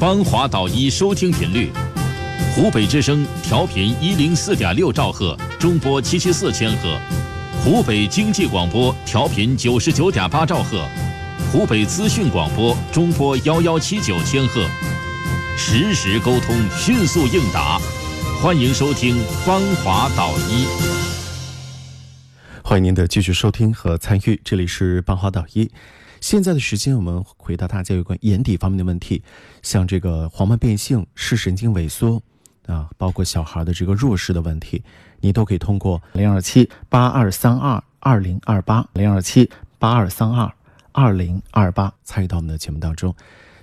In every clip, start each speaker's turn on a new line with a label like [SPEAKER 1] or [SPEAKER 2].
[SPEAKER 1] 邦华导医收听频率：湖北之声调频一零四点六兆赫，中波七七四千赫；湖北经济广播调频九十九点八兆赫；湖北资讯广播中波幺幺七九千赫。实时沟通，迅速应答。欢迎收听邦华导医。
[SPEAKER 2] 欢迎您的继续收听和参与，这里是半花导医。现在的时间，我们回答大家有关眼底方面的问题，像这个黄斑变性、视神经萎缩啊，包括小孩的这个弱视的问题，你都可以通过零二七八二三二二零二八零二七八二三二二零二八参与到我们的节目当中。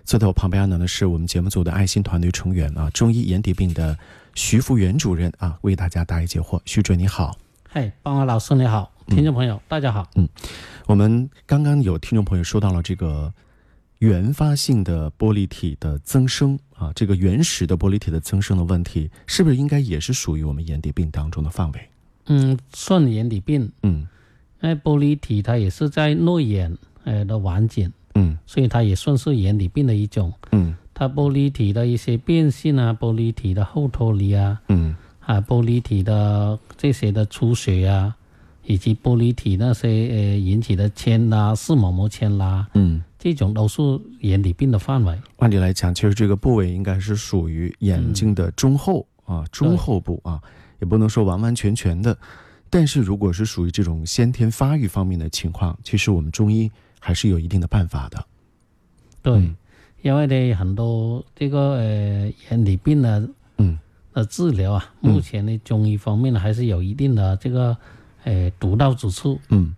[SPEAKER 2] 坐在我旁边呢呢是我们节目组的爱心团队成员啊，中医眼底病的徐福元主任啊，为大家答疑解惑。徐主任你好。
[SPEAKER 3] 嗨，邦华老师你好，听众朋友、大家好。
[SPEAKER 2] 我们刚刚有听众朋友说到了这个原发性的玻璃体的增生啊，这个原始的玻璃体的增生的问题，是不是应该也是属于我们眼底病当中的范围？
[SPEAKER 3] 嗯，算眼底病，
[SPEAKER 2] 嗯
[SPEAKER 3] 因为玻璃体它也是在内眼呃的完整，
[SPEAKER 2] 嗯
[SPEAKER 3] 所以它也算是眼底病的一种。
[SPEAKER 2] 嗯
[SPEAKER 3] 它玻璃体的一些变性啊，玻璃体的后脱离啊，
[SPEAKER 2] 嗯
[SPEAKER 3] 啊，玻璃体的这些的出血啊，以及玻璃体那些呃引起的牵拉、视网膜牵拉，
[SPEAKER 2] 嗯，
[SPEAKER 3] 这种都是眼底病的范围。
[SPEAKER 2] 按理来讲，其实这个部位应该是属于眼睛的中后、啊，中后部啊，也不能说完完全全的。但是如果是属于这种先天发育方面的情况，其实我们中医还是有一定的办法的。
[SPEAKER 3] 对，
[SPEAKER 2] 嗯
[SPEAKER 3] 因为呢，很多这个呃眼底病的
[SPEAKER 2] 嗯
[SPEAKER 3] 的治疗啊，
[SPEAKER 2] 嗯
[SPEAKER 3] 目前呢中医方面呢还是有一定的这个呃独到之处，
[SPEAKER 2] 嗯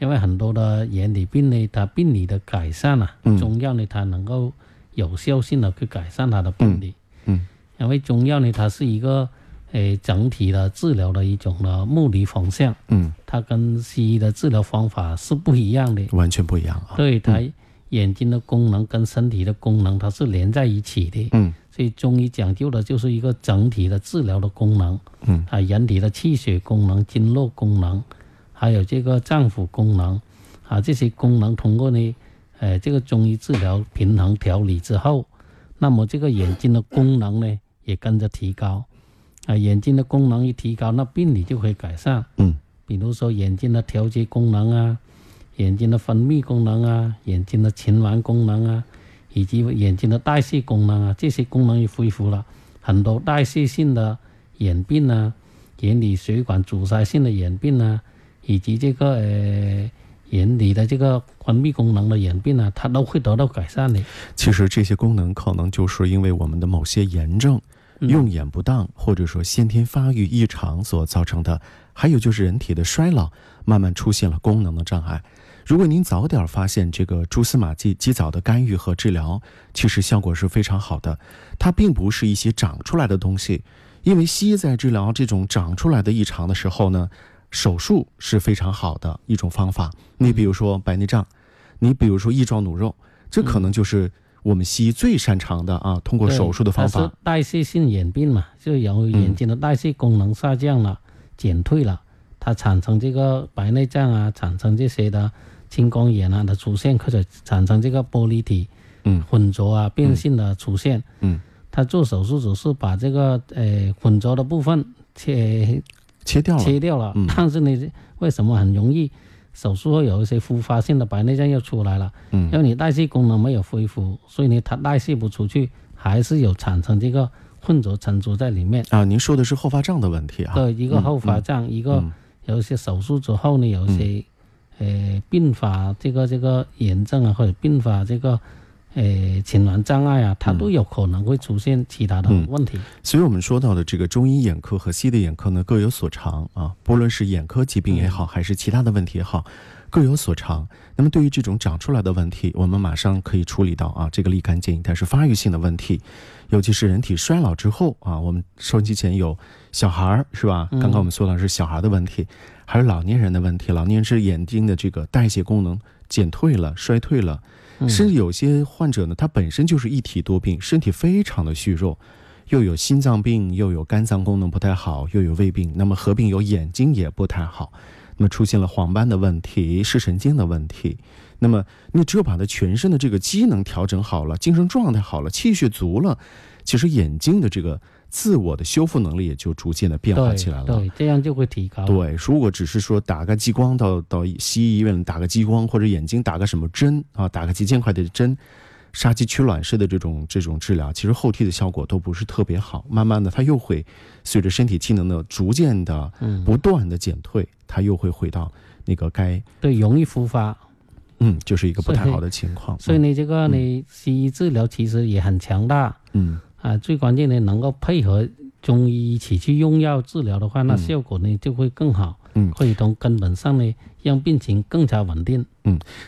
[SPEAKER 3] 因为很多的眼底病呢，它病理的改善啊，
[SPEAKER 2] 嗯
[SPEAKER 3] 中药呢它能够有效性的去改善它的病理，
[SPEAKER 2] 嗯
[SPEAKER 3] 因为中药呢它是一个呃整体的治疗的一种的目的方向，
[SPEAKER 2] 嗯，
[SPEAKER 3] 它跟西医的治疗方法是不一样的，
[SPEAKER 2] 完全不一样啊。
[SPEAKER 3] 对它眼睛的功能跟身体的功能它是连在一起的，
[SPEAKER 2] 嗯
[SPEAKER 3] 所以中医讲究的就是一个整体的治疗的功能，
[SPEAKER 2] 嗯
[SPEAKER 3] 啊，人体的气血功能、经络功能，还有这个脏腑功能，啊，这些功能通过呢，呃，这个中医治疗平衡调理之后，那么这个眼睛的功能呢也跟着提高，啊，眼睛的功能一提高，那病理就可以改善，
[SPEAKER 2] 嗯
[SPEAKER 3] 比如说眼睛的调节功能啊，眼睛的分泌功能啊，眼睛的循环功能啊，以及眼睛的代谢功能啊，这些功能也恢复了，很多代谢性的眼病啊，眼底血管阻塞性的眼病啊，以及这个呃眼底的这个分泌功能的眼病啊，它都会得到改善的。
[SPEAKER 2] 其实这些功能可能就是因为我们的某些炎症、
[SPEAKER 3] 嗯
[SPEAKER 2] 用眼不当，或者说先天发育异常所造成的。还有就是人体的衰老，慢慢出现了功能的障碍。如果您早点发现这个蛛丝马迹，及早的干预和治疗，其实效果是非常好的。它并不是一些长出来的东西，因为西医在治疗这种长出来的异常的时候呢，手术是非常好的一种方法。你比如说白内障，你比如说翼状弩肉，这可能就是我们西医最擅长的啊，通过
[SPEAKER 3] 对
[SPEAKER 2] 手术的方
[SPEAKER 3] 它
[SPEAKER 2] 法嗯
[SPEAKER 3] 是。代谢性眼病嘛，就由于眼睛的代谢功能下降了、减退了，它产生这个白内障啊，产生这些的青光眼啊的出现，或者产生这个玻璃体
[SPEAKER 2] 嗯
[SPEAKER 3] 混浊啊变性的出现。
[SPEAKER 2] 嗯，
[SPEAKER 3] 它做手术只是把这个呃混浊的部分切
[SPEAKER 2] 切掉了。
[SPEAKER 3] 切掉了，
[SPEAKER 2] 嗯
[SPEAKER 3] 但是呢，为什么很容易手术后有一些复发性的白内障又出来了？
[SPEAKER 2] 嗯
[SPEAKER 3] 因为你代谢功能没有恢复，所以呢，它代谢不出去，还是有产生这个混浊沉着在里面
[SPEAKER 2] 啊，您说的是后发障的问题啊。
[SPEAKER 3] 的一个
[SPEAKER 2] 嗯
[SPEAKER 3] 后发障，一个
[SPEAKER 2] 嗯
[SPEAKER 3] 有一些手术之后呢，有一些、呃并发这个这个炎症啊，或者并发这个呃循环障碍啊，它都有可能会出现其他的
[SPEAKER 2] 嗯
[SPEAKER 3] 问题。
[SPEAKER 2] 所以我们说到的这个中医眼科和西医的眼科呢，各有所长啊，不论是眼科疾病也
[SPEAKER 3] 嗯
[SPEAKER 2] 好，还是其他的问题也好，各有所长。那么对于这种长出来的问题，我们马上可以处理到啊，这个立竿见影，它是发育性的问题，尤其是人体衰老之后啊，我们收音机前有小孩儿是吧？
[SPEAKER 3] 嗯
[SPEAKER 2] 刚刚我们说到是小孩的问题，还有老年人的问题，老年人是眼睛的这个代谢功能减退了、衰退了。
[SPEAKER 3] 嗯
[SPEAKER 2] 甚至有些患者呢，他本身就是一体多病，身体非常的虚弱，又有心脏病，又有肝脏功能不太好，又有胃病，那么合并有眼睛也不太好，那么出现了黄斑的问题、视神经的问题，那么你只有把它全身的这个机能调整好了，精神状态好了，气血足了，其实眼睛的这个自我的修复能力也就逐渐的变化起来了。
[SPEAKER 3] 对，这样就会提高。
[SPEAKER 2] 对，如果只是说打个激光到到西医医院打个激光，或者眼睛打个什么针啊，打个几千块的针，杀鸡取卵式的这种这种治疗，其实后期的效果都不是特别好。慢慢的，它又会随着身体机能的逐渐的、
[SPEAKER 3] 嗯
[SPEAKER 2] 不断的减退，它又会回到那个该
[SPEAKER 3] 对，容易复发。
[SPEAKER 2] 嗯，就是一个不太好的情况。
[SPEAKER 3] 所以你这个你西医治疗其实也很强大
[SPEAKER 2] 嗯，
[SPEAKER 3] 啊，最关键的能够配合中医一起去用药治疗的话，那
[SPEAKER 2] 嗯
[SPEAKER 3] 效果呢就会更好。
[SPEAKER 2] 嗯
[SPEAKER 3] 可以从根本上呢让病情更加稳定。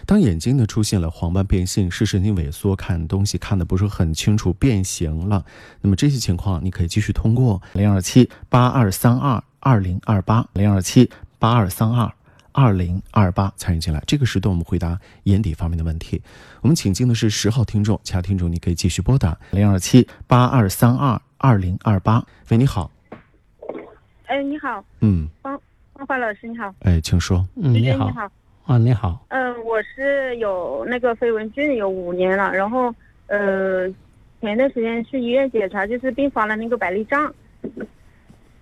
[SPEAKER 2] 当眼睛呢出现了黄斑变性、视神经萎缩，看东西看的不是很清楚，变形了，那么这些情况你可以继续通过
[SPEAKER 4] 零二七八二三二二零二八零二七八二三二二零二八。
[SPEAKER 2] 参与进来。这个时段我们回答眼底方面的问题。我们请进的是十号听众，其他听众你可以继续拨打。
[SPEAKER 4] 零二七八二三二二零二八。
[SPEAKER 2] 喂，你好，
[SPEAKER 5] 哎，你好，
[SPEAKER 2] 嗯，
[SPEAKER 5] 花花老师，你好，
[SPEAKER 2] 哎，请说。
[SPEAKER 3] 嗯，
[SPEAKER 5] 主持
[SPEAKER 3] 你
[SPEAKER 5] 人
[SPEAKER 3] 好
[SPEAKER 5] 你，好，
[SPEAKER 3] 啊，你好，
[SPEAKER 5] 嗯、我是有那个飞蚊菌有五年了，然后呃，前一段时间去医院检查，就是并发了那个白内障，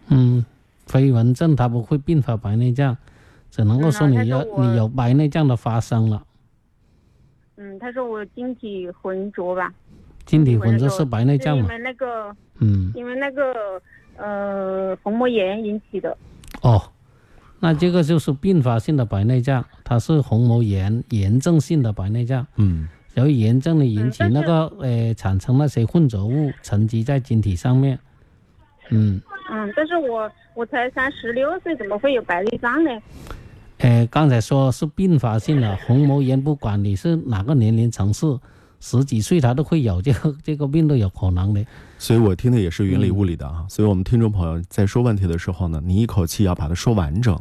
[SPEAKER 3] 嗯，飞蚊症它不会并发白内障，只能够
[SPEAKER 5] 嗯
[SPEAKER 3] 说
[SPEAKER 5] 那
[SPEAKER 3] 你
[SPEAKER 5] 但
[SPEAKER 3] 要
[SPEAKER 5] 是我
[SPEAKER 3] 你有白内障的发生了。
[SPEAKER 5] 嗯，他说我晶体浑浊吧，
[SPEAKER 3] 晶体
[SPEAKER 5] 我
[SPEAKER 3] 混
[SPEAKER 5] 那
[SPEAKER 3] 浊
[SPEAKER 5] 个
[SPEAKER 3] 是白内
[SPEAKER 5] 是
[SPEAKER 3] 障
[SPEAKER 5] 因
[SPEAKER 3] 嘛？
[SPEAKER 5] 为那个
[SPEAKER 3] 嗯，
[SPEAKER 5] 因为那个呃虹膜炎引起的，
[SPEAKER 3] 哦，那这个就是并发性的白内障，它是虹膜炎炎症性的白内障。
[SPEAKER 2] 嗯
[SPEAKER 3] 由于炎症的引起
[SPEAKER 5] 嗯但是
[SPEAKER 3] 那个呃产生那些混浊物沉积在晶体上面，嗯，
[SPEAKER 5] 嗯，但是我我才三十六岁，怎么会有白内障呢？
[SPEAKER 3] 呃，刚才说是并发性的虹膜炎，不管你是哪个年龄层次，十几岁他都会有这个 这个病都有可能的。，
[SPEAKER 2] 所以我听的也是云里雾里的啊。所以我们听众朋友在说问题的时候呢，你一口气要把它说完整。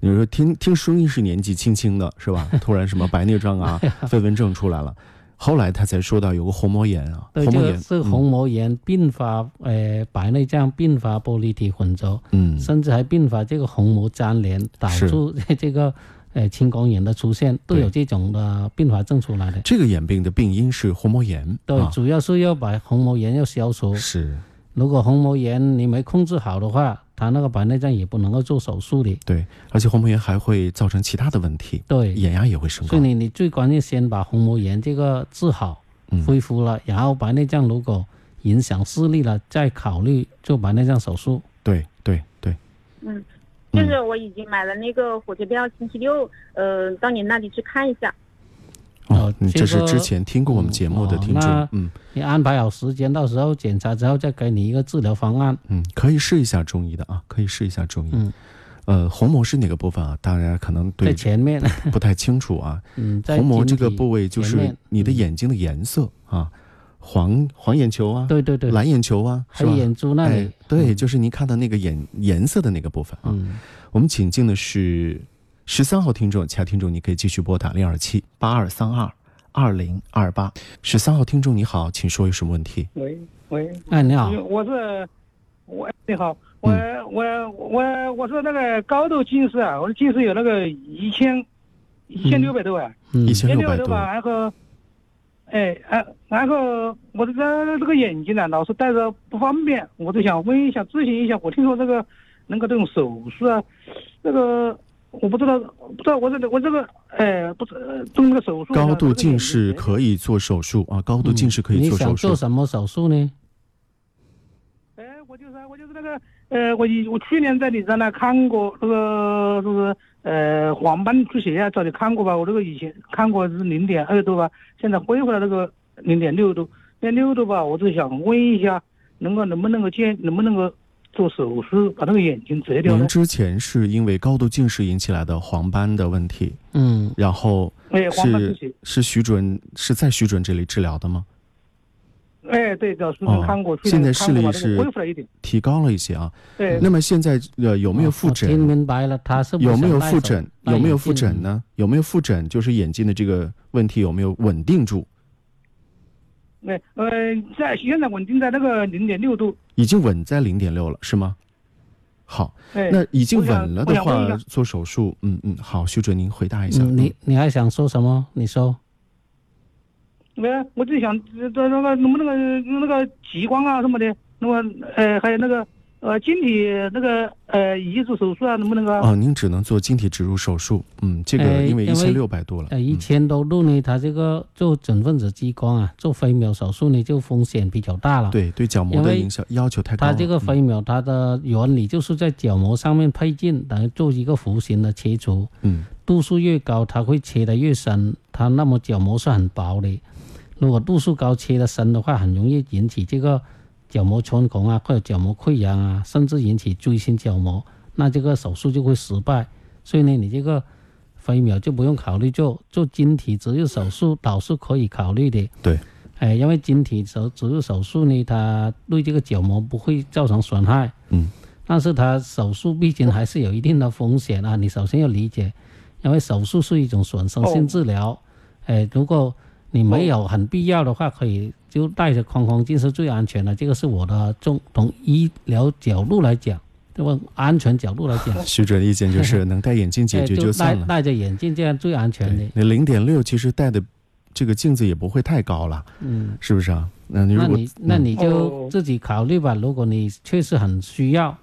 [SPEAKER 2] 你说听听声音是年纪轻轻的，是 吧？突然什么白内障啊、飞蚊症出来了，后来他才说到有个虹膜炎啊，
[SPEAKER 3] 对，
[SPEAKER 2] 虹
[SPEAKER 3] 这
[SPEAKER 2] 膜
[SPEAKER 3] 个
[SPEAKER 2] 炎
[SPEAKER 3] 是虹膜炎并发呃白内障，并发玻璃体混浊，
[SPEAKER 2] 嗯嗯
[SPEAKER 3] 甚至还并发这个虹膜粘连，导
[SPEAKER 2] 是
[SPEAKER 3] 致 这个呃青光眼的出现，都有这种的并发症出来的。
[SPEAKER 2] 这个眼病的病因是虹膜炎，
[SPEAKER 3] 对，
[SPEAKER 2] 啊、
[SPEAKER 3] 主要是要把虹膜炎要消除。
[SPEAKER 2] 是
[SPEAKER 3] 如果虹膜炎你没控制好的话，他那个白内障也不能够做手术的。
[SPEAKER 2] 对，而且虹膜炎还会造成其他的问题，
[SPEAKER 3] 对，
[SPEAKER 2] 眼压也会升高
[SPEAKER 3] 所以。你你最关键先把虹膜炎这个治好
[SPEAKER 2] 嗯，
[SPEAKER 3] 恢复了，然后白内障如果影响视力了，再考虑做白内障手术。
[SPEAKER 2] 对对对，
[SPEAKER 5] 嗯，就
[SPEAKER 2] 嗯
[SPEAKER 5] 是我已经买了那个火车票，星期六呃到你那里去看一下。
[SPEAKER 2] 哦
[SPEAKER 3] 哦，
[SPEAKER 2] 你
[SPEAKER 3] 这
[SPEAKER 2] 这是
[SPEAKER 3] 个
[SPEAKER 2] 之前听过我们节目的
[SPEAKER 3] 嗯哦
[SPEAKER 2] 听众
[SPEAKER 3] 那，
[SPEAKER 2] 嗯
[SPEAKER 3] 你安排好时间，到时候检查之后再给你一个治疗方案。
[SPEAKER 2] 嗯，可以试一下中医的啊，可以试一下中医。
[SPEAKER 3] 嗯
[SPEAKER 2] 呃，虹膜是哪个部分啊？大家可能
[SPEAKER 3] 在
[SPEAKER 2] 对
[SPEAKER 3] 前面，
[SPEAKER 2] 不太清楚啊。
[SPEAKER 3] 嗯， 在
[SPEAKER 2] 虹膜这
[SPEAKER 3] 晶
[SPEAKER 2] 个
[SPEAKER 3] 体
[SPEAKER 2] 部位就
[SPEAKER 3] 前
[SPEAKER 2] 是
[SPEAKER 3] 面
[SPEAKER 2] 你的眼睛的颜色啊，黄黄眼球啊，
[SPEAKER 3] 对对对，
[SPEAKER 2] 蓝眼球啊，
[SPEAKER 3] 还
[SPEAKER 2] 是
[SPEAKER 3] 有
[SPEAKER 2] 吧？
[SPEAKER 3] 眼珠那里
[SPEAKER 2] 哎，，对，就是您看到那个眼颜色的那个部分啊。
[SPEAKER 3] 嗯，
[SPEAKER 2] 我们请进的是十三号听众，其他听众你可以继续拨打零二七八二三二二零二八。十三号听众你好，请说有什么问题？
[SPEAKER 6] 喂喂，
[SPEAKER 3] 哎，你
[SPEAKER 2] 啊
[SPEAKER 3] 好
[SPEAKER 6] 你，我是我哎你好，我、
[SPEAKER 2] 嗯
[SPEAKER 6] 我我我是那个高度近视啊，我的近视有那个一千一千六百多啊，
[SPEAKER 3] 嗯
[SPEAKER 2] 一
[SPEAKER 6] 一
[SPEAKER 2] 千
[SPEAKER 6] 千
[SPEAKER 2] 六
[SPEAKER 6] 六
[SPEAKER 2] 百
[SPEAKER 6] 百
[SPEAKER 2] 多
[SPEAKER 6] 多，吧，然后。哎，啊，然后我这个这个眼睛呢，啊老是戴着不方便，我就想问一下，咨询一下。我听说这个能够这种手术啊，这个我不知道，不知道我这个我这个，哎，不是呃动那个手术啊。
[SPEAKER 2] 高度
[SPEAKER 6] 这个眼
[SPEAKER 2] 近
[SPEAKER 6] 睛
[SPEAKER 2] 视可以做手术啊，高度近视可以
[SPEAKER 3] 嗯你
[SPEAKER 2] 做
[SPEAKER 3] 想
[SPEAKER 2] 手
[SPEAKER 3] 做
[SPEAKER 2] 术。
[SPEAKER 3] 什么手术呢？
[SPEAKER 6] 哎，我就是我就是那个呃，我以我去年在你这那看过那个就是呃黄斑出血啊，早就看过吧？我这个以前看过是零点二度吧，现在恢复了那个零点六度，零点六度吧，我就想问一下，能够能不能够建能不能够做手术把那个眼睛折掉
[SPEAKER 2] 您
[SPEAKER 6] 呢？
[SPEAKER 2] 之前是因为高度近视引起来的黄斑的问题，
[SPEAKER 3] 嗯，
[SPEAKER 2] 然后
[SPEAKER 6] 哎，黄斑出血
[SPEAKER 2] 是，是徐主任是在徐主任这里治疗的吗？
[SPEAKER 6] 哎，对，老师
[SPEAKER 2] 哦
[SPEAKER 6] 看过，去
[SPEAKER 2] 现在
[SPEAKER 6] 年
[SPEAKER 2] 视
[SPEAKER 6] 看过
[SPEAKER 2] 力
[SPEAKER 6] 吧，
[SPEAKER 2] 是
[SPEAKER 6] 这个恢复了一点，
[SPEAKER 2] 提高了一些啊。
[SPEAKER 6] 对，
[SPEAKER 2] 那么现在呃有没有
[SPEAKER 3] 我
[SPEAKER 2] 复
[SPEAKER 3] 我
[SPEAKER 2] 诊？
[SPEAKER 3] 听明白了，他是不
[SPEAKER 2] 有没
[SPEAKER 3] 想
[SPEAKER 2] 有
[SPEAKER 3] 戴
[SPEAKER 2] 复
[SPEAKER 3] 手
[SPEAKER 2] 诊？
[SPEAKER 3] 戴
[SPEAKER 2] 有没有
[SPEAKER 3] 眼
[SPEAKER 2] 复
[SPEAKER 3] 镜
[SPEAKER 2] 诊？呢？有没有复诊？就是眼睛的这个问题有没有稳定住？
[SPEAKER 6] 那呃，在现在稳定在那个零点六度，
[SPEAKER 2] 已经稳在零点六了，是吗？好，
[SPEAKER 6] 哎，
[SPEAKER 2] 那已经
[SPEAKER 6] 我想
[SPEAKER 2] 稳了
[SPEAKER 6] 我
[SPEAKER 2] 的
[SPEAKER 6] 想问一
[SPEAKER 2] 话
[SPEAKER 6] 下，
[SPEAKER 2] 做手术，嗯嗯，好，徐哲，您回答一下。
[SPEAKER 3] 嗯你你还想说什么？你说
[SPEAKER 6] 没有，我就想这这那个能不能呃那个激光啊什么的，那么呃还有那个呃晶体那个呃移植手术啊，能不能够？
[SPEAKER 2] 啊，您只能做晶体植入手术，嗯，这个
[SPEAKER 3] 哎
[SPEAKER 2] 因为一
[SPEAKER 3] 因
[SPEAKER 2] 千
[SPEAKER 3] 为
[SPEAKER 2] 六百多了，
[SPEAKER 3] 呃，一
[SPEAKER 2] 嗯
[SPEAKER 3] 千多度呢，它这个做整分子激光啊，做飞秒手术呢，就风险比较大了。，
[SPEAKER 2] 对对角膜
[SPEAKER 3] 因
[SPEAKER 2] 的
[SPEAKER 3] 为
[SPEAKER 2] 影响要求太高了。
[SPEAKER 3] 它这个
[SPEAKER 2] 嗯
[SPEAKER 3] 飞秒它的原理就是在角膜上面配镜，然后做一个弧形的切除，
[SPEAKER 2] 嗯
[SPEAKER 3] 度数越高，它会切得越深，它那么角膜是很薄的。如果度数高切得深的话，很容易引起这个角膜穿孔啊，或者角膜溃疡啊，甚至引起锥心角膜，那这个手术就会失败。所以呢，你这个飞秒就不用考虑做做晶体植入手术，倒是可以考虑的。
[SPEAKER 2] 对，
[SPEAKER 3] 哎，因为晶体手植入手术呢，它对这个角膜不会造成损害。
[SPEAKER 2] 嗯，，
[SPEAKER 3] 但是它手术毕竟还是有一定的风险啊，你首先要理解，因为手术是一种损伤性治疗。哎，如果你没有很必要的话，可以就戴着框框镜是最安全的。这个是我的从从医疗角度来讲，对吧？安全角度来讲
[SPEAKER 2] 徐哲的意见就是能戴眼镜解
[SPEAKER 3] 哎，
[SPEAKER 2] 决
[SPEAKER 3] 就戴
[SPEAKER 2] 算了。
[SPEAKER 3] 戴着眼镜这样最安全的
[SPEAKER 2] 对。，那零点六其实戴的这个镜子也不会太高了，
[SPEAKER 3] 嗯，
[SPEAKER 2] 是不是啊？那你
[SPEAKER 3] 那
[SPEAKER 2] 如果
[SPEAKER 3] 你那你
[SPEAKER 6] 哦
[SPEAKER 3] 就自己考虑吧。如果你确实很需要，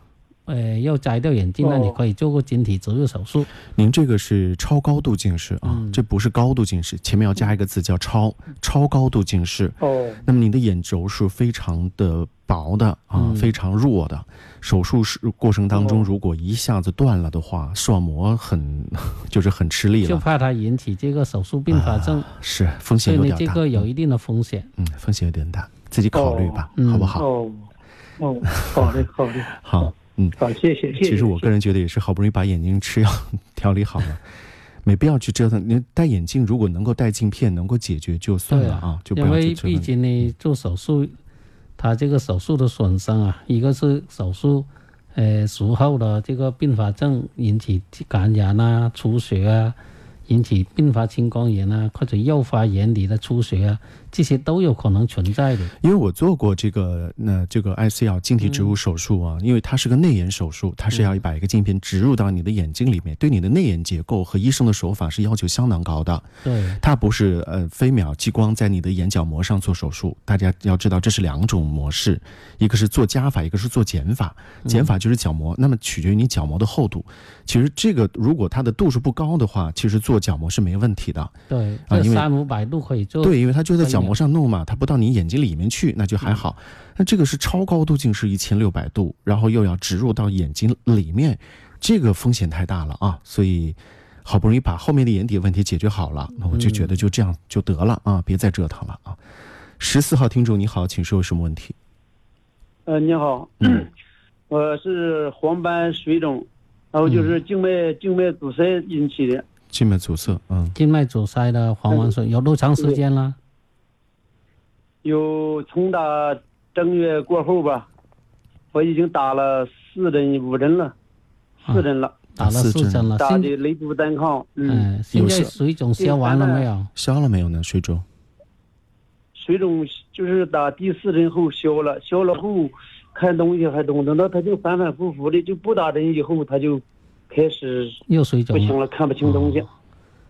[SPEAKER 3] 呃，要摘掉眼镜，那你
[SPEAKER 6] 哦
[SPEAKER 3] 可以做过晶体植入手术。
[SPEAKER 2] 您这个是超高度近视啊，
[SPEAKER 3] 嗯
[SPEAKER 2] 这不是高度近视，前面要加一个字叫超超高度近视。
[SPEAKER 6] 哦，
[SPEAKER 2] 那么你的眼轴是非常的薄的啊，
[SPEAKER 3] 嗯
[SPEAKER 2] 非常弱的。手术是过程当中，
[SPEAKER 6] 哦
[SPEAKER 2] 如果一下子断了的话，视网膜很 就是很吃力
[SPEAKER 3] 就
[SPEAKER 2] 了，啊
[SPEAKER 3] 怕它引起这个手术并发症，
[SPEAKER 2] 是风
[SPEAKER 3] 所
[SPEAKER 2] 险
[SPEAKER 3] 以
[SPEAKER 2] 有
[SPEAKER 3] 呢
[SPEAKER 2] 点，
[SPEAKER 3] 这
[SPEAKER 2] 大。
[SPEAKER 3] 个有一定的风险。
[SPEAKER 2] 嗯，风险有点大，自己考虑吧，
[SPEAKER 3] 哦
[SPEAKER 2] 好不
[SPEAKER 3] 嗯
[SPEAKER 2] 好？
[SPEAKER 6] 哦，哦，好的，好 的，
[SPEAKER 2] 好，嗯，
[SPEAKER 6] 好，谢谢，谢谢。
[SPEAKER 2] 其实我个人觉得也是好不容易把眼睛吃药调理好了， 没必要去折腾。你戴眼镜如果能够戴镜片，能够解决就算
[SPEAKER 3] 对
[SPEAKER 2] 了啊，就不
[SPEAKER 3] 因
[SPEAKER 2] 要去
[SPEAKER 3] 为
[SPEAKER 2] 折
[SPEAKER 3] 毕
[SPEAKER 2] 腾。
[SPEAKER 3] 竟呢，做手术，他这个手术的损伤啊，一个是手术，呃，术后的这个并发症引起感染啊、出血啊，引起并发青光眼啊，或者诱发眼底的出血啊，这些都有可能存在的。
[SPEAKER 2] 因为我做过这个那这
[SPEAKER 3] 嗯
[SPEAKER 2] 个 ICL 晶体植入手术啊，因为它是个内眼手术，它是
[SPEAKER 3] 嗯
[SPEAKER 2] 要把一个镜片植入到你的眼睛里面，对你的内眼结构和医生的手法是要求相当高的。
[SPEAKER 3] 对，
[SPEAKER 2] 它不是呃飞秒激光在你的眼角膜上做手术，大家要知道这是两种模式，一个是做加法，一个是做减法。减法就是角膜，那么取决于你角膜的厚度。其实这个如果它的度数不高的话，其实做角膜是没问题的。
[SPEAKER 3] 对，
[SPEAKER 2] 啊
[SPEAKER 3] 这
[SPEAKER 2] 因为
[SPEAKER 3] 三五百度可以做。
[SPEAKER 2] 对，因为它就在角
[SPEAKER 3] 分
[SPEAKER 2] 膜
[SPEAKER 3] 秒
[SPEAKER 2] 上弄嘛，它不到你眼睛里面去，那就
[SPEAKER 3] 嗯
[SPEAKER 2] 还好。那这个是超高度近视一千六百度，然后又要植入到眼睛里面，这个风险太大了啊！所以好不容易把后面的眼底问题解决好了，那我就觉
[SPEAKER 3] 嗯
[SPEAKER 2] 得就这样就得了啊，别再折腾了啊！十四号听众你好，请说有什么问题？
[SPEAKER 7] 呃，你好，
[SPEAKER 2] 嗯
[SPEAKER 7] 我是黄斑水肿，然后
[SPEAKER 2] 嗯
[SPEAKER 7] 就是静脉静脉阻塞引起的，
[SPEAKER 2] 静脉阻塞，嗯，
[SPEAKER 3] 静脉阻塞的黄斑水有多长时间了？
[SPEAKER 7] 有从打正月过后吧，我已经打了四针五针了，四针了，
[SPEAKER 3] 打了
[SPEAKER 2] 四
[SPEAKER 3] 四
[SPEAKER 2] 针
[SPEAKER 3] 针了，
[SPEAKER 7] 打
[SPEAKER 3] 现
[SPEAKER 7] 的雷毒单抗，嗯，
[SPEAKER 3] 嗯，现
[SPEAKER 2] 有
[SPEAKER 3] 在
[SPEAKER 2] 时
[SPEAKER 3] 水肿消完了没有？
[SPEAKER 2] 消了没有呢？水肿
[SPEAKER 7] 水肿就是打第四针后消了，消了后看东西还懂，等到他就反反复复的，就不打针以后他就开始
[SPEAKER 3] 又水肿
[SPEAKER 7] 不
[SPEAKER 3] 了
[SPEAKER 7] 行。了，看不清东西，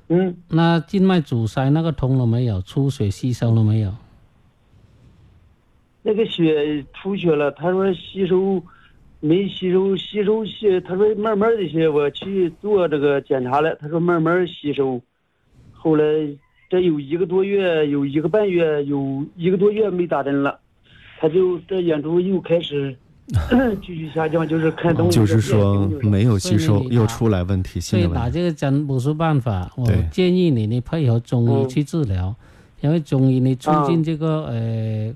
[SPEAKER 7] 嗯。
[SPEAKER 3] 那静脉阻塞那个通了没有？出血吸收了没有？
[SPEAKER 7] 那个血出血了，他说吸收没吸收，吸收血，他说慢慢的血，我去做这个检查了，他说慢慢吸收，后来这有一个多月，有一个半月，有一个多月没打针了，他就这眼珠又开始嗯继续下降，就是看东西
[SPEAKER 2] 就
[SPEAKER 7] 的
[SPEAKER 2] 是
[SPEAKER 7] 变形，
[SPEAKER 2] 说
[SPEAKER 7] 就是
[SPEAKER 2] 没有
[SPEAKER 3] 所
[SPEAKER 2] 吸
[SPEAKER 3] 以
[SPEAKER 2] 收，
[SPEAKER 3] 你
[SPEAKER 2] 又
[SPEAKER 3] 打
[SPEAKER 2] 出来问题，新
[SPEAKER 3] 所以
[SPEAKER 2] 的
[SPEAKER 3] 打
[SPEAKER 2] 问题。
[SPEAKER 3] 这个针不是办法，我
[SPEAKER 2] 对
[SPEAKER 3] 建议你呢配合中医去治疗，因为中医呢促进这个、呃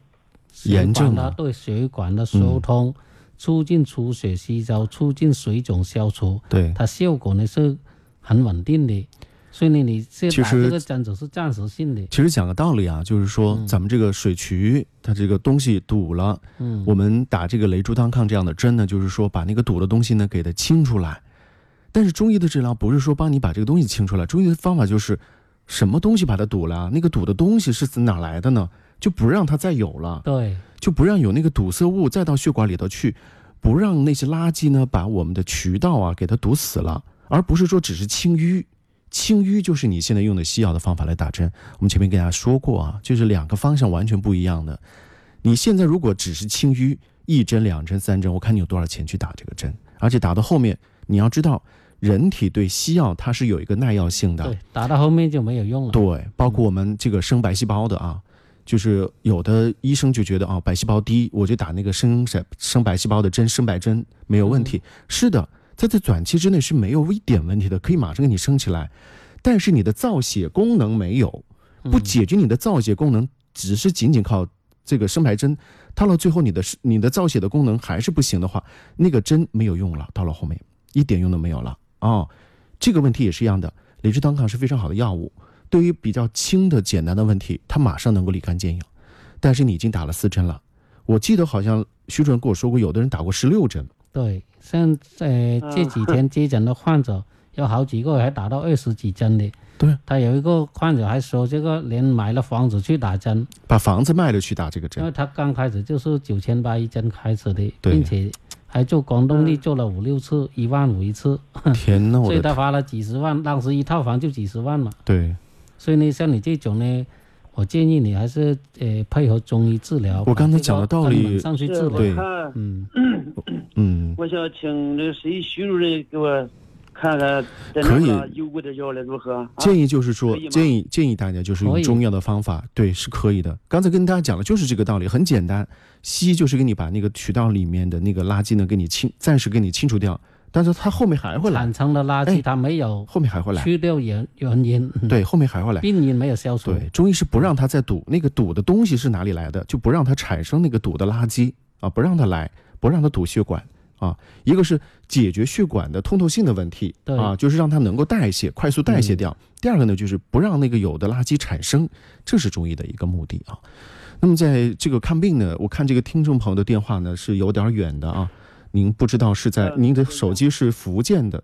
[SPEAKER 3] 血
[SPEAKER 2] 炎症
[SPEAKER 3] 管
[SPEAKER 2] 啊嗯
[SPEAKER 3] 的对血管的疏通，促进出血吸收，促进水肿消除，
[SPEAKER 2] 对，
[SPEAKER 3] 它效果呢是很稳定的。所以呢，你这
[SPEAKER 2] 其
[SPEAKER 3] 打
[SPEAKER 2] 实
[SPEAKER 3] 这个针只是暂时性的，
[SPEAKER 2] 其实讲个道理啊，就是说咱们这个水渠它这个东西堵了，
[SPEAKER 3] 嗯，
[SPEAKER 2] 我们打这个雷珠单抗这样的针呢，就是说把那个堵的东西呢给它清出来。但是中医的治疗不是说帮你把这个东西清出来，中医的方法就是什么东西把它堵了啊，那个堵的东西是自哪来的呢？就不让它再有了，
[SPEAKER 3] 对，
[SPEAKER 2] 就不让有那个堵塞物再到血管里头去。不让那些垃圾呢把我们的渠道啊给它堵死了，而不是说只是清淤。清淤就是你现在用的西药的方法来打针。我们前面跟大家说过啊，就是两个方向完全不一样的。你现在如果只是清淤，一针、两针、三针，我看你有多少钱去打这个针，而且打到后面，你要知道，人体对西药它是有一个耐药性的。
[SPEAKER 3] 对，打到后面就没有用了。
[SPEAKER 2] 对，包括我们这个生白细胞的啊，就是有的医生就觉得啊，白细胞低，我就打那个生生生白细胞的针，生白针没有问题。是的，在这短期之内是没有一点问题的，可以马上给你生起来。但是你的造血功能没有，不解决你的造血功能，只是仅仅靠这个生白针，到了最后你的你的造血的功能还是不行的话，那个针没有用了，到了后面一点用都没有了啊、哦。这个问题也是一样的，理智单抗是非常好的药物，对于比较轻的简单的问题，它马上能够立竿见影。但是你已经打了四针了，我记得好像徐主任跟我说过，有的人打过十六针，
[SPEAKER 3] 对，像呃这几天接诊的患者，有好几个还打到二十几针的。
[SPEAKER 2] 对，
[SPEAKER 3] 他有一个患者还说，这个连买了房子去打针，
[SPEAKER 2] 把房子卖了去打这个
[SPEAKER 3] 因
[SPEAKER 2] 针
[SPEAKER 3] 为。他刚开始就是九千八一针开始的，
[SPEAKER 2] 对
[SPEAKER 3] 并且还做广东力做了五六次，一万五一次，
[SPEAKER 2] 天呐，我
[SPEAKER 3] 所以
[SPEAKER 2] 的
[SPEAKER 3] 他
[SPEAKER 2] 天
[SPEAKER 3] 花了几十万，当时一套房就几十万嘛。
[SPEAKER 2] 对，
[SPEAKER 3] 所以呢，像你这种呢，我建议你还是呃配合中医治疗。
[SPEAKER 2] 我刚才讲的道理
[SPEAKER 3] 把这个根本上去治
[SPEAKER 7] 是
[SPEAKER 3] 疗。
[SPEAKER 2] 对
[SPEAKER 7] 我看，
[SPEAKER 3] 嗯，
[SPEAKER 2] 嗯，
[SPEAKER 7] 我想请这个谁徐主任给我看看，在
[SPEAKER 2] 可以
[SPEAKER 7] 哪优惠的药了如何？啊
[SPEAKER 2] 建议就是说
[SPEAKER 7] 可以，吗
[SPEAKER 2] 建议建议大家就是
[SPEAKER 3] 可
[SPEAKER 2] 用
[SPEAKER 3] 以
[SPEAKER 2] 中药的方法，对，是可以的。刚才跟大家讲了，就是这个道理，很简单。西医就是给你把那个渠道里面的那个垃圾呢，给你清，暂时给你清除掉，但是它后面还会来
[SPEAKER 3] 产，生的垃
[SPEAKER 2] 哎
[SPEAKER 3] 圾它没有
[SPEAKER 2] 后面还会来，
[SPEAKER 3] 去掉原原因，嗯
[SPEAKER 2] 对，后面还会来。
[SPEAKER 3] 病因没有消除。
[SPEAKER 2] 对，中医是不让它再堵，那个堵的东西是哪里来的，就不让它产生那个堵的垃圾啊，不让它来，不让它堵血管啊。一个是解决血管的通透性的问题
[SPEAKER 3] 对嗯
[SPEAKER 2] 啊，就是让它能够代谢，快速代谢掉。第二个呢，就是不让那个有的垃圾产生，这是中医的一个目的啊。那么在这个看病呢，我看这个听众朋友的电话呢是有点远的啊，您不知道是在
[SPEAKER 7] 呃
[SPEAKER 2] 您的
[SPEAKER 7] 不知道
[SPEAKER 2] 手机是福建的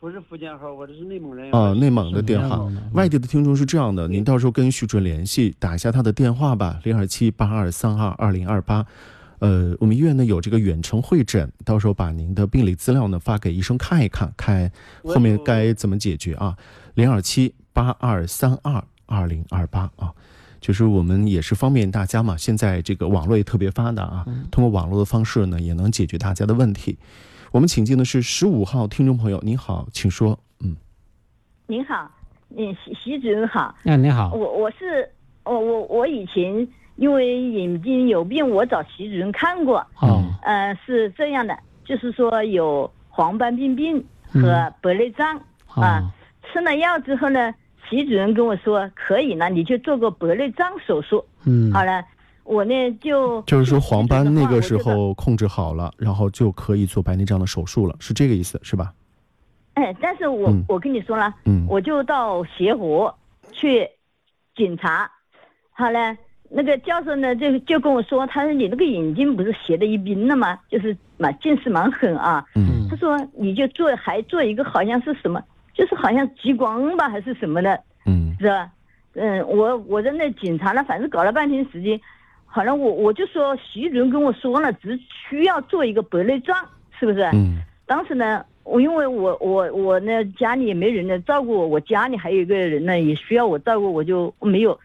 [SPEAKER 7] 不是福建号，我这是内蒙人。
[SPEAKER 2] 啊、内蒙的电
[SPEAKER 3] 内
[SPEAKER 2] 话
[SPEAKER 3] 蒙的。
[SPEAKER 2] 外地的听众是这样的，您到时候跟徐主任联系，打一下他的电话吧，零二七八二三二二零二八。呃，我们医院呢有这个远程会诊，到时候把您的病理资料呢发给医生看一看，看
[SPEAKER 7] 我
[SPEAKER 2] 后面
[SPEAKER 7] 有
[SPEAKER 2] 该怎么解决啊？零二七八二三二二零二八啊，就是我们也是方便大家嘛，现在这个网络也特别发达啊，通过网络的方式呢也能解决大家的问题。我们请进的是十五号听众朋友，您好，请说。嗯，
[SPEAKER 8] 您好，嗯，徐徐主任好，
[SPEAKER 3] 那哎你好，
[SPEAKER 8] 我我是我我我以前因为眼睛有病，我找徐主任看过，
[SPEAKER 3] 哦，
[SPEAKER 8] 呃，是这样的，就是说有黄斑病变和
[SPEAKER 3] 嗯
[SPEAKER 8] 白内障
[SPEAKER 3] 哦
[SPEAKER 8] 啊、吃了药之后呢，徐主任跟我说可以呢，你就做个白内障手术，
[SPEAKER 3] 嗯，
[SPEAKER 8] 好了，我呢就
[SPEAKER 2] 就是说黄斑那个时，
[SPEAKER 8] 徐主任的话我就
[SPEAKER 2] 候控制好了，然后就可以做白内障的手术了，是这个意思是吧？
[SPEAKER 8] 哎，但是我、
[SPEAKER 2] 嗯
[SPEAKER 8] 我跟你说了，
[SPEAKER 2] 嗯
[SPEAKER 8] 我就到协和去检查，好了，那个教授呢就就跟我说，他说你那个眼睛不是斜的一边了吗？就是蛮近视蛮狠啊。
[SPEAKER 2] 嗯
[SPEAKER 8] 他说你就做还做一个好像是什么，就是好像激光吧还是什么的，
[SPEAKER 2] 嗯
[SPEAKER 8] 是吧？嗯，我我在那检查了，反正搞了半天时间，好了，我我就说徐主任跟我说了，只需要做一个白内障，是不是？
[SPEAKER 2] 嗯
[SPEAKER 8] 当时呢，我因为我我我呢家里也没人呢照顾我，我家里还有一个人呢也需要我照顾，我就没有。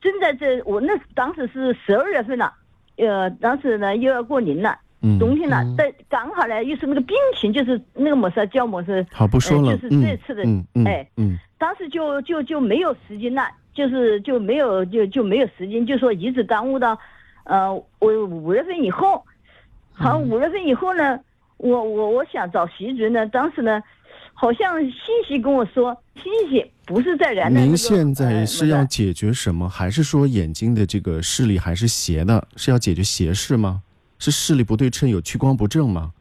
[SPEAKER 8] 正在这，我那当时是十二月份了，呃，当时呢又要过年了，冬
[SPEAKER 2] 嗯，
[SPEAKER 8] 天了
[SPEAKER 3] 嗯，
[SPEAKER 8] 但刚好呢又是那个病情，就是那个么事胶膜是，
[SPEAKER 2] 好，不说了
[SPEAKER 8] 呃，就是
[SPEAKER 2] 嗯
[SPEAKER 8] 这次的
[SPEAKER 2] 嗯嗯
[SPEAKER 8] 哎
[SPEAKER 2] 嗯
[SPEAKER 8] 当时就就就没有时间了，就是就没有就就没有时间，就说一直耽误到，呃，我五月份以后，
[SPEAKER 2] 嗯
[SPEAKER 8] 好像五月份以后呢，我我我想找徐主任呢，当时呢，好像信息跟我说，信息不是在啊人的、那个。
[SPEAKER 2] 您现在
[SPEAKER 8] 呃
[SPEAKER 2] 是
[SPEAKER 8] 那
[SPEAKER 2] 要
[SPEAKER 8] 个
[SPEAKER 2] 解决什么？还是说眼睛的这个视力还是斜的？是要解决斜视吗？是视力不对称，有屈光不正吗？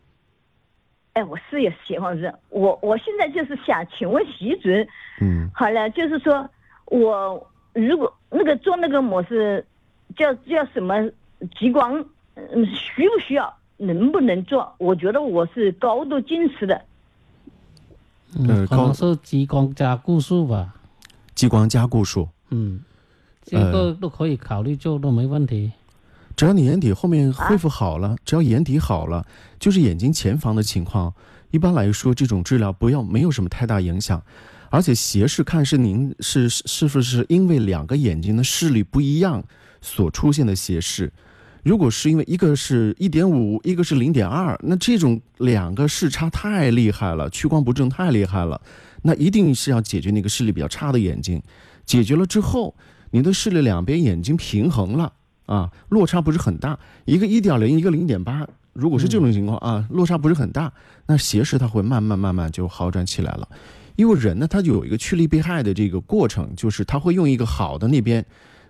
[SPEAKER 8] 哎，我是有喜欢人，我我现在就是想请问徐主任，
[SPEAKER 2] 嗯，
[SPEAKER 8] 好了，就是说我如果那个做那个模式叫叫什么激光，嗯，需不需要，能不能做？我觉得我是高度近视的，
[SPEAKER 2] 呃
[SPEAKER 3] 嗯，可
[SPEAKER 2] 高
[SPEAKER 3] 能是激光加固术吧，
[SPEAKER 2] 激光加固术。
[SPEAKER 3] 嗯，这个都可以考虑做，都没问题。
[SPEAKER 2] 只要你眼底后面恢复好了，只要眼底好了，就是眼睛前方的情况，一般来说这种治疗不要没有什么太大影响。而且斜视看是您是是是不是因为两个眼睛的视力不一样所出现的斜视？如果是因为一个是一点五，一个是零点二，那这种两个视差太厉害了，屈光不正太厉害了，那一定是要解决那个视力比较差的眼睛。解决了之后，你的视力两边眼睛平衡了啊，落差不是很大，一个一点零，一个零点八。如果是这种情况啊，落差不是很大，那斜视它会慢慢慢慢就好转起来了。因为人呢，他有一个趋利避害的这个过程，就是他会用一个好的那边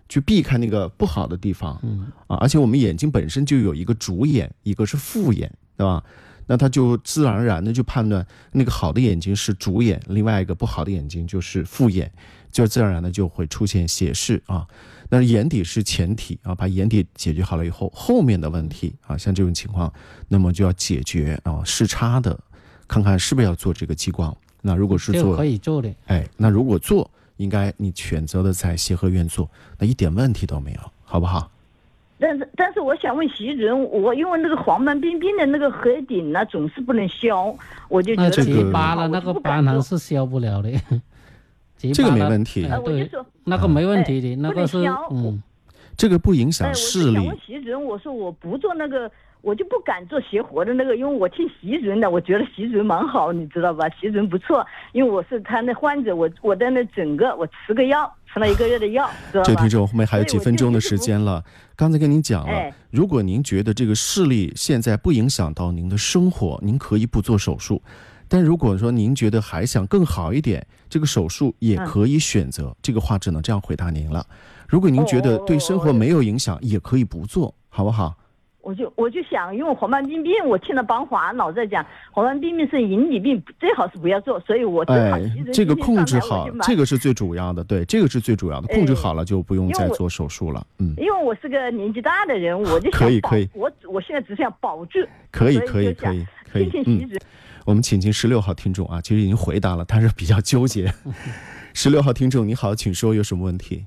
[SPEAKER 2] 去避开那个不好的地方，嗯啊，而且我们眼睛本身就有一个主眼，一个是副眼，对吧？那他就自然而然的就判断那个好的眼睛是主眼，另外一个不好的眼睛就是副眼，就自然而然的就会出现斜视啊。但是眼底是前提啊，把眼底解决好了以后，后面的问题啊，像这种情况，那么就要解决啊视差的，看看是不是要做这个激光。那如果是
[SPEAKER 3] 这
[SPEAKER 2] 做
[SPEAKER 3] 个可以做的。
[SPEAKER 2] 哎，那如果做，应该你选择的在协和医院做，那一点问题都没有，好不好？
[SPEAKER 8] 但是但是我想问徐主任，我因为那个黄斑病变的那个合顶呢，总是不能消，我就觉
[SPEAKER 3] 那
[SPEAKER 8] 得
[SPEAKER 2] 这
[SPEAKER 8] 挺
[SPEAKER 2] 个
[SPEAKER 3] 结
[SPEAKER 8] 不
[SPEAKER 3] 疤
[SPEAKER 8] 好
[SPEAKER 3] 了，那个
[SPEAKER 8] 我就不敢
[SPEAKER 3] 疤痕
[SPEAKER 8] 做
[SPEAKER 3] 是消不了的。结
[SPEAKER 2] 这个
[SPEAKER 3] 疤
[SPEAKER 2] 没
[SPEAKER 3] 了
[SPEAKER 2] 问题
[SPEAKER 3] 哎
[SPEAKER 8] 呃我就
[SPEAKER 3] 对，
[SPEAKER 8] 说，
[SPEAKER 3] 那个没问题的，那
[SPEAKER 8] 哎不
[SPEAKER 3] 个
[SPEAKER 8] 能
[SPEAKER 3] 是
[SPEAKER 8] 消
[SPEAKER 3] 嗯，
[SPEAKER 2] 这个不影
[SPEAKER 8] 哎，
[SPEAKER 2] 响
[SPEAKER 8] 我
[SPEAKER 2] 视
[SPEAKER 8] 就想
[SPEAKER 2] 力
[SPEAKER 8] 问。徐主任，我说我不做那个，我就不敢做协活的那个，因为我听徐主任的，我觉得徐主任蛮好，你知道吧？徐主任不错，因为我是他那患者，我我在那整个我吃个药，吃了一个月的药，知道
[SPEAKER 2] 这个
[SPEAKER 8] 吧
[SPEAKER 2] 听？众后面还有
[SPEAKER 8] 所以
[SPEAKER 2] 几
[SPEAKER 8] 我
[SPEAKER 2] 分
[SPEAKER 8] 就
[SPEAKER 2] 钟的
[SPEAKER 8] 就是
[SPEAKER 2] 时
[SPEAKER 8] 不
[SPEAKER 2] 间了，刚才跟您讲了
[SPEAKER 8] 哎，
[SPEAKER 2] 如果您觉得这个视力现在不影响到您的生活，您可以不做手术。但如果说您觉得还想更好一点，这个手术也
[SPEAKER 8] 嗯
[SPEAKER 2] 可以选择。这个话只能这样回答您了。如果您觉得
[SPEAKER 8] 哦哦
[SPEAKER 2] 对
[SPEAKER 8] 哦
[SPEAKER 2] 生活
[SPEAKER 8] 哦
[SPEAKER 2] 没有影响，也可以不做，好不好？
[SPEAKER 8] 我就我就想，因为黄斑病变，我听了邦华老在讲，黄斑病变是引起病，最好是不要做，所以我正好
[SPEAKER 2] 哎
[SPEAKER 8] 徐主任，
[SPEAKER 2] 这个
[SPEAKER 8] 今天上
[SPEAKER 2] 控制
[SPEAKER 8] 来我
[SPEAKER 2] 好
[SPEAKER 8] 就，买
[SPEAKER 2] 这个是最主要的，对，这个是最主要的，控制
[SPEAKER 8] 哎
[SPEAKER 2] 好了就不用
[SPEAKER 8] 因为
[SPEAKER 2] 再
[SPEAKER 8] 我
[SPEAKER 2] 做手术了。嗯，
[SPEAKER 8] 因为我是个年纪大的人，我就想
[SPEAKER 2] 可以
[SPEAKER 8] 保
[SPEAKER 2] 可以
[SPEAKER 8] 我我现在只想保住，
[SPEAKER 2] 可以，
[SPEAKER 8] 所以
[SPEAKER 2] 可以，
[SPEAKER 8] 就
[SPEAKER 2] 可以，可
[SPEAKER 8] 听
[SPEAKER 2] 以
[SPEAKER 8] 听，徐
[SPEAKER 2] 嗯
[SPEAKER 8] 主。任，
[SPEAKER 2] 我们请进十六号听众啊，其实已经回答了，但是比较纠 结。十六号听众，你好，请说，有什么问题？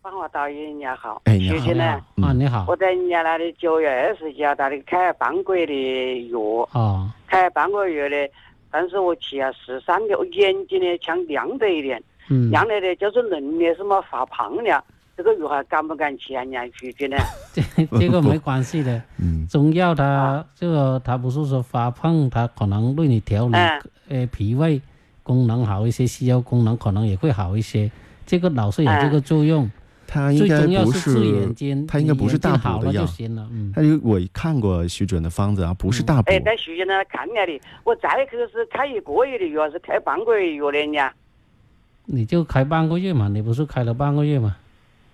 [SPEAKER 6] 帮我导演你好，
[SPEAKER 2] 哎你好
[SPEAKER 6] 其实呢，
[SPEAKER 2] 嗯
[SPEAKER 3] 啊，你好
[SPEAKER 6] 我，在人家那里九月二十几号那里开了半个月的药，
[SPEAKER 3] 啊，
[SPEAKER 6] 开了半个月呢，但是我吃了十三个，我眼睛呢像亮了一点，
[SPEAKER 3] 嗯，
[SPEAKER 6] 亮了呢就是人呢什么发胖了，这个药还敢不敢吃啊？人家拒绝呢，
[SPEAKER 3] 这 这个没关系的。
[SPEAKER 2] 嗯，
[SPEAKER 3] 中药它这个它不是说发胖，它可能对你调理
[SPEAKER 6] 嗯
[SPEAKER 3] 呃脾胃功能好一些，吸收功能可能也会好一些。这个老是有这个作用，
[SPEAKER 2] 哎他应
[SPEAKER 3] 最
[SPEAKER 2] 该
[SPEAKER 3] 重要
[SPEAKER 2] 不
[SPEAKER 3] 治眼睛，
[SPEAKER 2] 他应该不是大
[SPEAKER 3] 你眼睛好
[SPEAKER 2] 补的
[SPEAKER 3] 了
[SPEAKER 2] 药
[SPEAKER 3] 就。行了。嗯，
[SPEAKER 2] 他有我看过徐准的方子啊，不
[SPEAKER 8] 嗯
[SPEAKER 2] 是大补
[SPEAKER 6] 哎，，在徐院那看了的，我再去是开一个月的药，是开半个月的药呢，人家。
[SPEAKER 3] 你就开半个月嘛，你不是开了半个月嘛？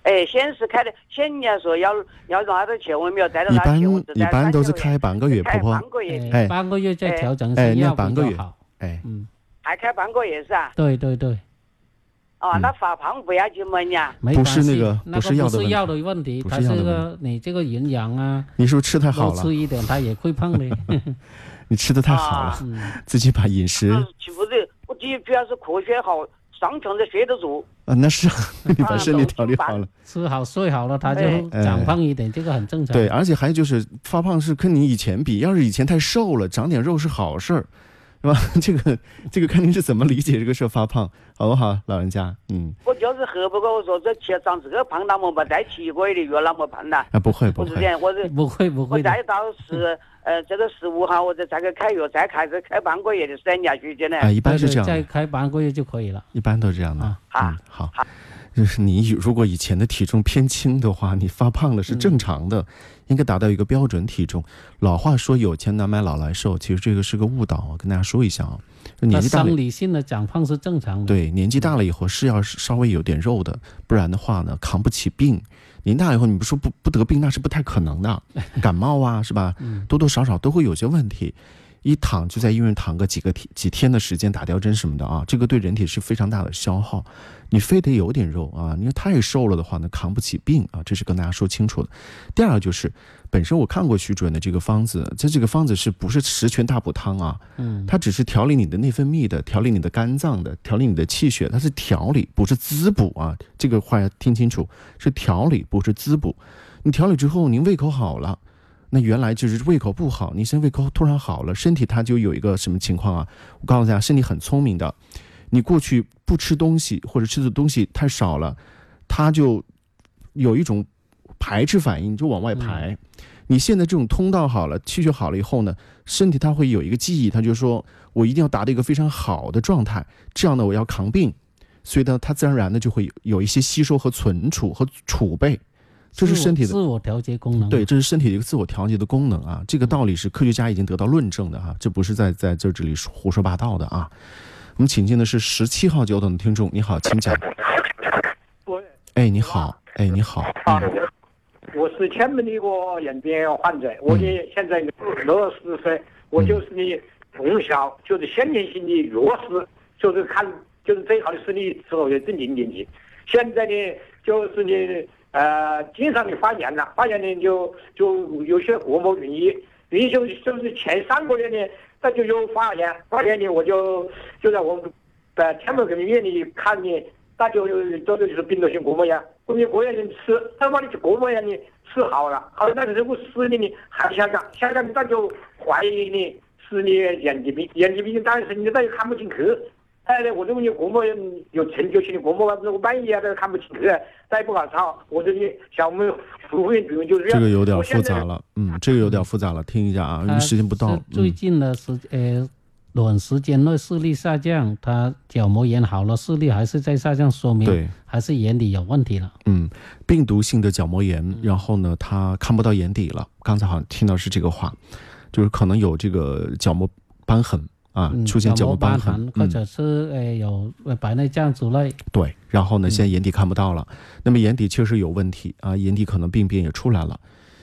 [SPEAKER 6] 哎，先是开的，先人家说要要拿到钱，我没有再到
[SPEAKER 2] 一
[SPEAKER 6] 拿
[SPEAKER 2] 般
[SPEAKER 6] 钱，我只
[SPEAKER 2] 一
[SPEAKER 6] 在
[SPEAKER 2] 般
[SPEAKER 6] 三
[SPEAKER 2] 都是
[SPEAKER 6] 个月
[SPEAKER 2] 开半个月，
[SPEAKER 6] 开
[SPEAKER 2] 婆婆
[SPEAKER 6] 半。个月，
[SPEAKER 3] 哎
[SPEAKER 2] 哎
[SPEAKER 3] 半个月再调整
[SPEAKER 2] 哎
[SPEAKER 3] 是药
[SPEAKER 2] 那半
[SPEAKER 3] 比
[SPEAKER 2] 个
[SPEAKER 3] 较
[SPEAKER 2] 月
[SPEAKER 3] 好。
[SPEAKER 2] 哎，
[SPEAKER 3] 嗯，
[SPEAKER 6] 还开半个月是啊？
[SPEAKER 3] 对对对。
[SPEAKER 6] 哦，
[SPEAKER 2] 嗯
[SPEAKER 6] 那发胖不要紧嘛呀？
[SPEAKER 3] 没
[SPEAKER 2] 不
[SPEAKER 3] 关
[SPEAKER 2] 是
[SPEAKER 3] 系，
[SPEAKER 2] 那个
[SPEAKER 3] 那
[SPEAKER 2] 不是药的
[SPEAKER 3] 不
[SPEAKER 2] 问
[SPEAKER 3] 是药的问题，
[SPEAKER 2] 不
[SPEAKER 3] 它
[SPEAKER 2] 是药的
[SPEAKER 3] 是个你这个营养啊，
[SPEAKER 2] 你是不是吃太好
[SPEAKER 3] 多
[SPEAKER 2] 了？
[SPEAKER 3] 吃一点它也会胖 的。
[SPEAKER 2] 你吃的太
[SPEAKER 8] 啊
[SPEAKER 2] 好了，
[SPEAKER 3] 嗯，
[SPEAKER 2] 自己把饮食
[SPEAKER 6] 嗯，岂不是？我第一主要是科学好，上床的睡得着。
[SPEAKER 2] 啊，那是你把
[SPEAKER 6] 啊
[SPEAKER 2] 身体
[SPEAKER 6] 懂
[SPEAKER 2] 调理
[SPEAKER 6] 吧
[SPEAKER 2] 好了。
[SPEAKER 3] 吃好睡好了，它就
[SPEAKER 6] 哎
[SPEAKER 3] 长胖一点，这个很正常。
[SPEAKER 2] 对，，而且还有就是发胖是跟你以前比，要是以前太瘦了，长点肉是好事儿， 是吧？这个这个看您是怎么理解这个事儿发胖，好不好，老人家？嗯，
[SPEAKER 6] 我就是喝不过，我说这吃长这个胖，那么没再吃一个月的药，那么胖了。
[SPEAKER 2] 啊，不会不
[SPEAKER 6] 我是
[SPEAKER 2] 会
[SPEAKER 6] 这，样，我是
[SPEAKER 3] 不会不
[SPEAKER 6] 我
[SPEAKER 3] 会的，
[SPEAKER 6] 再到十
[SPEAKER 2] 嗯
[SPEAKER 6] 呃这个十五号，我再再去开药，再开始开半个月的时间下去的呢。
[SPEAKER 2] 啊，一般
[SPEAKER 3] 对
[SPEAKER 2] 是
[SPEAKER 3] 对
[SPEAKER 2] 这样
[SPEAKER 3] 再
[SPEAKER 2] 的，
[SPEAKER 3] 开半个月就可以了。
[SPEAKER 2] 一般都是这样的。
[SPEAKER 3] 啊
[SPEAKER 2] 嗯
[SPEAKER 6] 啊，
[SPEAKER 2] 好
[SPEAKER 6] 好，
[SPEAKER 2] 就是你如果以前的体重偏轻的话，你发胖了是正常
[SPEAKER 3] 嗯
[SPEAKER 2] 的，应该达到一个标准体重。老话说有钱难买老来瘦，其实这个是个误导，我跟大家说一下啊，就
[SPEAKER 3] 它
[SPEAKER 2] 年纪大了
[SPEAKER 3] 生理性的长胖是正常的。，
[SPEAKER 2] 对，年纪大了以后是要稍微有点肉的，不然的话呢，扛不起病。年大以后，你不说不不得病，那是不太可能的。感冒啊，是吧？多多少少都会有些问题。一躺就在医院躺个几个天几天的时间，打吊针什么的啊，这个对人体是非常大的消耗。你非得有点肉啊，因为太瘦了的话呢，扛不起病啊，这是跟大家说清楚的。第二个就是，本身我看过徐主任的这个方子，这这个方子是不是十全大补汤啊？
[SPEAKER 3] 嗯，
[SPEAKER 2] 它只是调理你的内分泌的，调理你的肝脏的，调理你的气血，它是调理，不是滋补啊。这个话要听清楚，是调理，不是滋补。你调理之后，您胃口好了，那原来就是胃口不好，你现在胃口突然好了，身体它就有一个什么情况啊？我告诉大家，身体很聪明的，你过去不吃东西或者吃的东西太少了，它就有一种排斥反应，就往外排。你现在这种通道好了，气血好了以后呢，身体它会有一个记忆，它就说我一定要达到一个非常好的状态，这样呢我要扛病，所以呢它自然而然的就会有有一些吸收和存储和储备，这是
[SPEAKER 3] 自我
[SPEAKER 2] 身体的
[SPEAKER 3] 自我调节功能。
[SPEAKER 2] 对，，这是身体的一个自我调节的功能啊，这个道理是科学家已经得到论证的哈、啊这不是在在这这里说胡说八道的啊。我们请进的是十七号久等的听众，你好，请讲。
[SPEAKER 9] 我
[SPEAKER 2] 哎，你好，哎，你好，
[SPEAKER 9] 啊，我是前面的一个眼病患者，我的现在六十岁，我就是你从小就是先天性的弱视，就是看就是最好的视力只有正零点几，现在呢就是你呃经常的发炎了，发炎呢就就有些鼓膜云翳，云翳就是就是前三个月呢，那就有发炎，发炎呢我就就在我们在天门口医院里看呢，那就这个就是病毒性鼓膜炎，我们国外人吃，他把你鼓膜炎呢吃好了，好了，但是如果私立呢还香港，香港那就怀疑呢是你眼疾病，眼疾病当时你那又看不清壳。哎，我认为你国贸有成就性的国贸，如果半夜啊都看不清壳，再不搞操，我这里想我们服务员主任就是
[SPEAKER 2] 这个有点
[SPEAKER 9] 我
[SPEAKER 2] 复
[SPEAKER 9] 现在
[SPEAKER 2] 杂了，嗯，这个有点复杂了，听一下啊，因为时间不到
[SPEAKER 3] 是，最
[SPEAKER 2] 嗯，
[SPEAKER 3] 近的时呃短时间内视力下降，他角膜炎好了，视力还是在下降，说明
[SPEAKER 2] 对，
[SPEAKER 3] 还是眼底有问题了。
[SPEAKER 2] 嗯，病毒性的角膜炎，
[SPEAKER 3] 嗯
[SPEAKER 2] 然后呢，他看不到眼底了，刚才好像听到是这个话，就是可能有这个角膜瘢痕啊，
[SPEAKER 3] 嗯，
[SPEAKER 2] 出现角
[SPEAKER 3] 角
[SPEAKER 2] 膜
[SPEAKER 3] 膜
[SPEAKER 2] 瘢
[SPEAKER 3] 痕
[SPEAKER 2] 痕，，
[SPEAKER 3] 或
[SPEAKER 2] 嗯。
[SPEAKER 3] 者是呃有呃白内障之类。
[SPEAKER 2] 对，然后呢，现在
[SPEAKER 3] 嗯
[SPEAKER 2] 眼底看不到了，那么眼底确实有问题啊，眼底可能病变也出来了。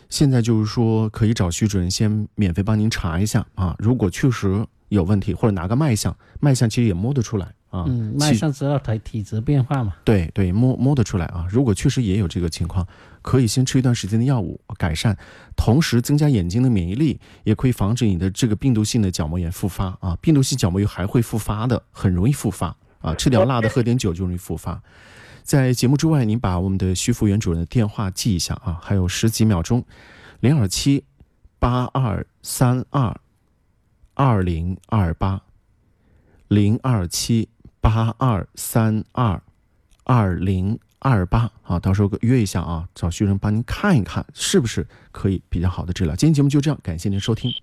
[SPEAKER 2] 现在就是说，可以找徐主任先免费帮您查一下啊，如果确实有问题，或者拿个脉象，脉象其实也摸得出来啊，
[SPEAKER 3] 嗯，
[SPEAKER 2] 气
[SPEAKER 3] 脉象知道体体质变化嘛。
[SPEAKER 2] 对对，摸摸得出来啊。如果确实也有这个情况，可以先吃一段时间的药物改善，同时增加眼睛的免疫力，也可以防止你的这个病毒性的角膜炎复发啊。病毒性角膜炎还会复发的，很容易复发啊。吃点辣的，喝点酒就容易复发。在节目之外，您把我们的徐福元主任的电话记一下啊，还有十几秒钟，零二七八二三二二零二八零二七八二三二。二零二八啊，到时候约一下啊，找徐仁帮您看一看是不是可以比较好的治疗。今天节目就这样，感谢您收听。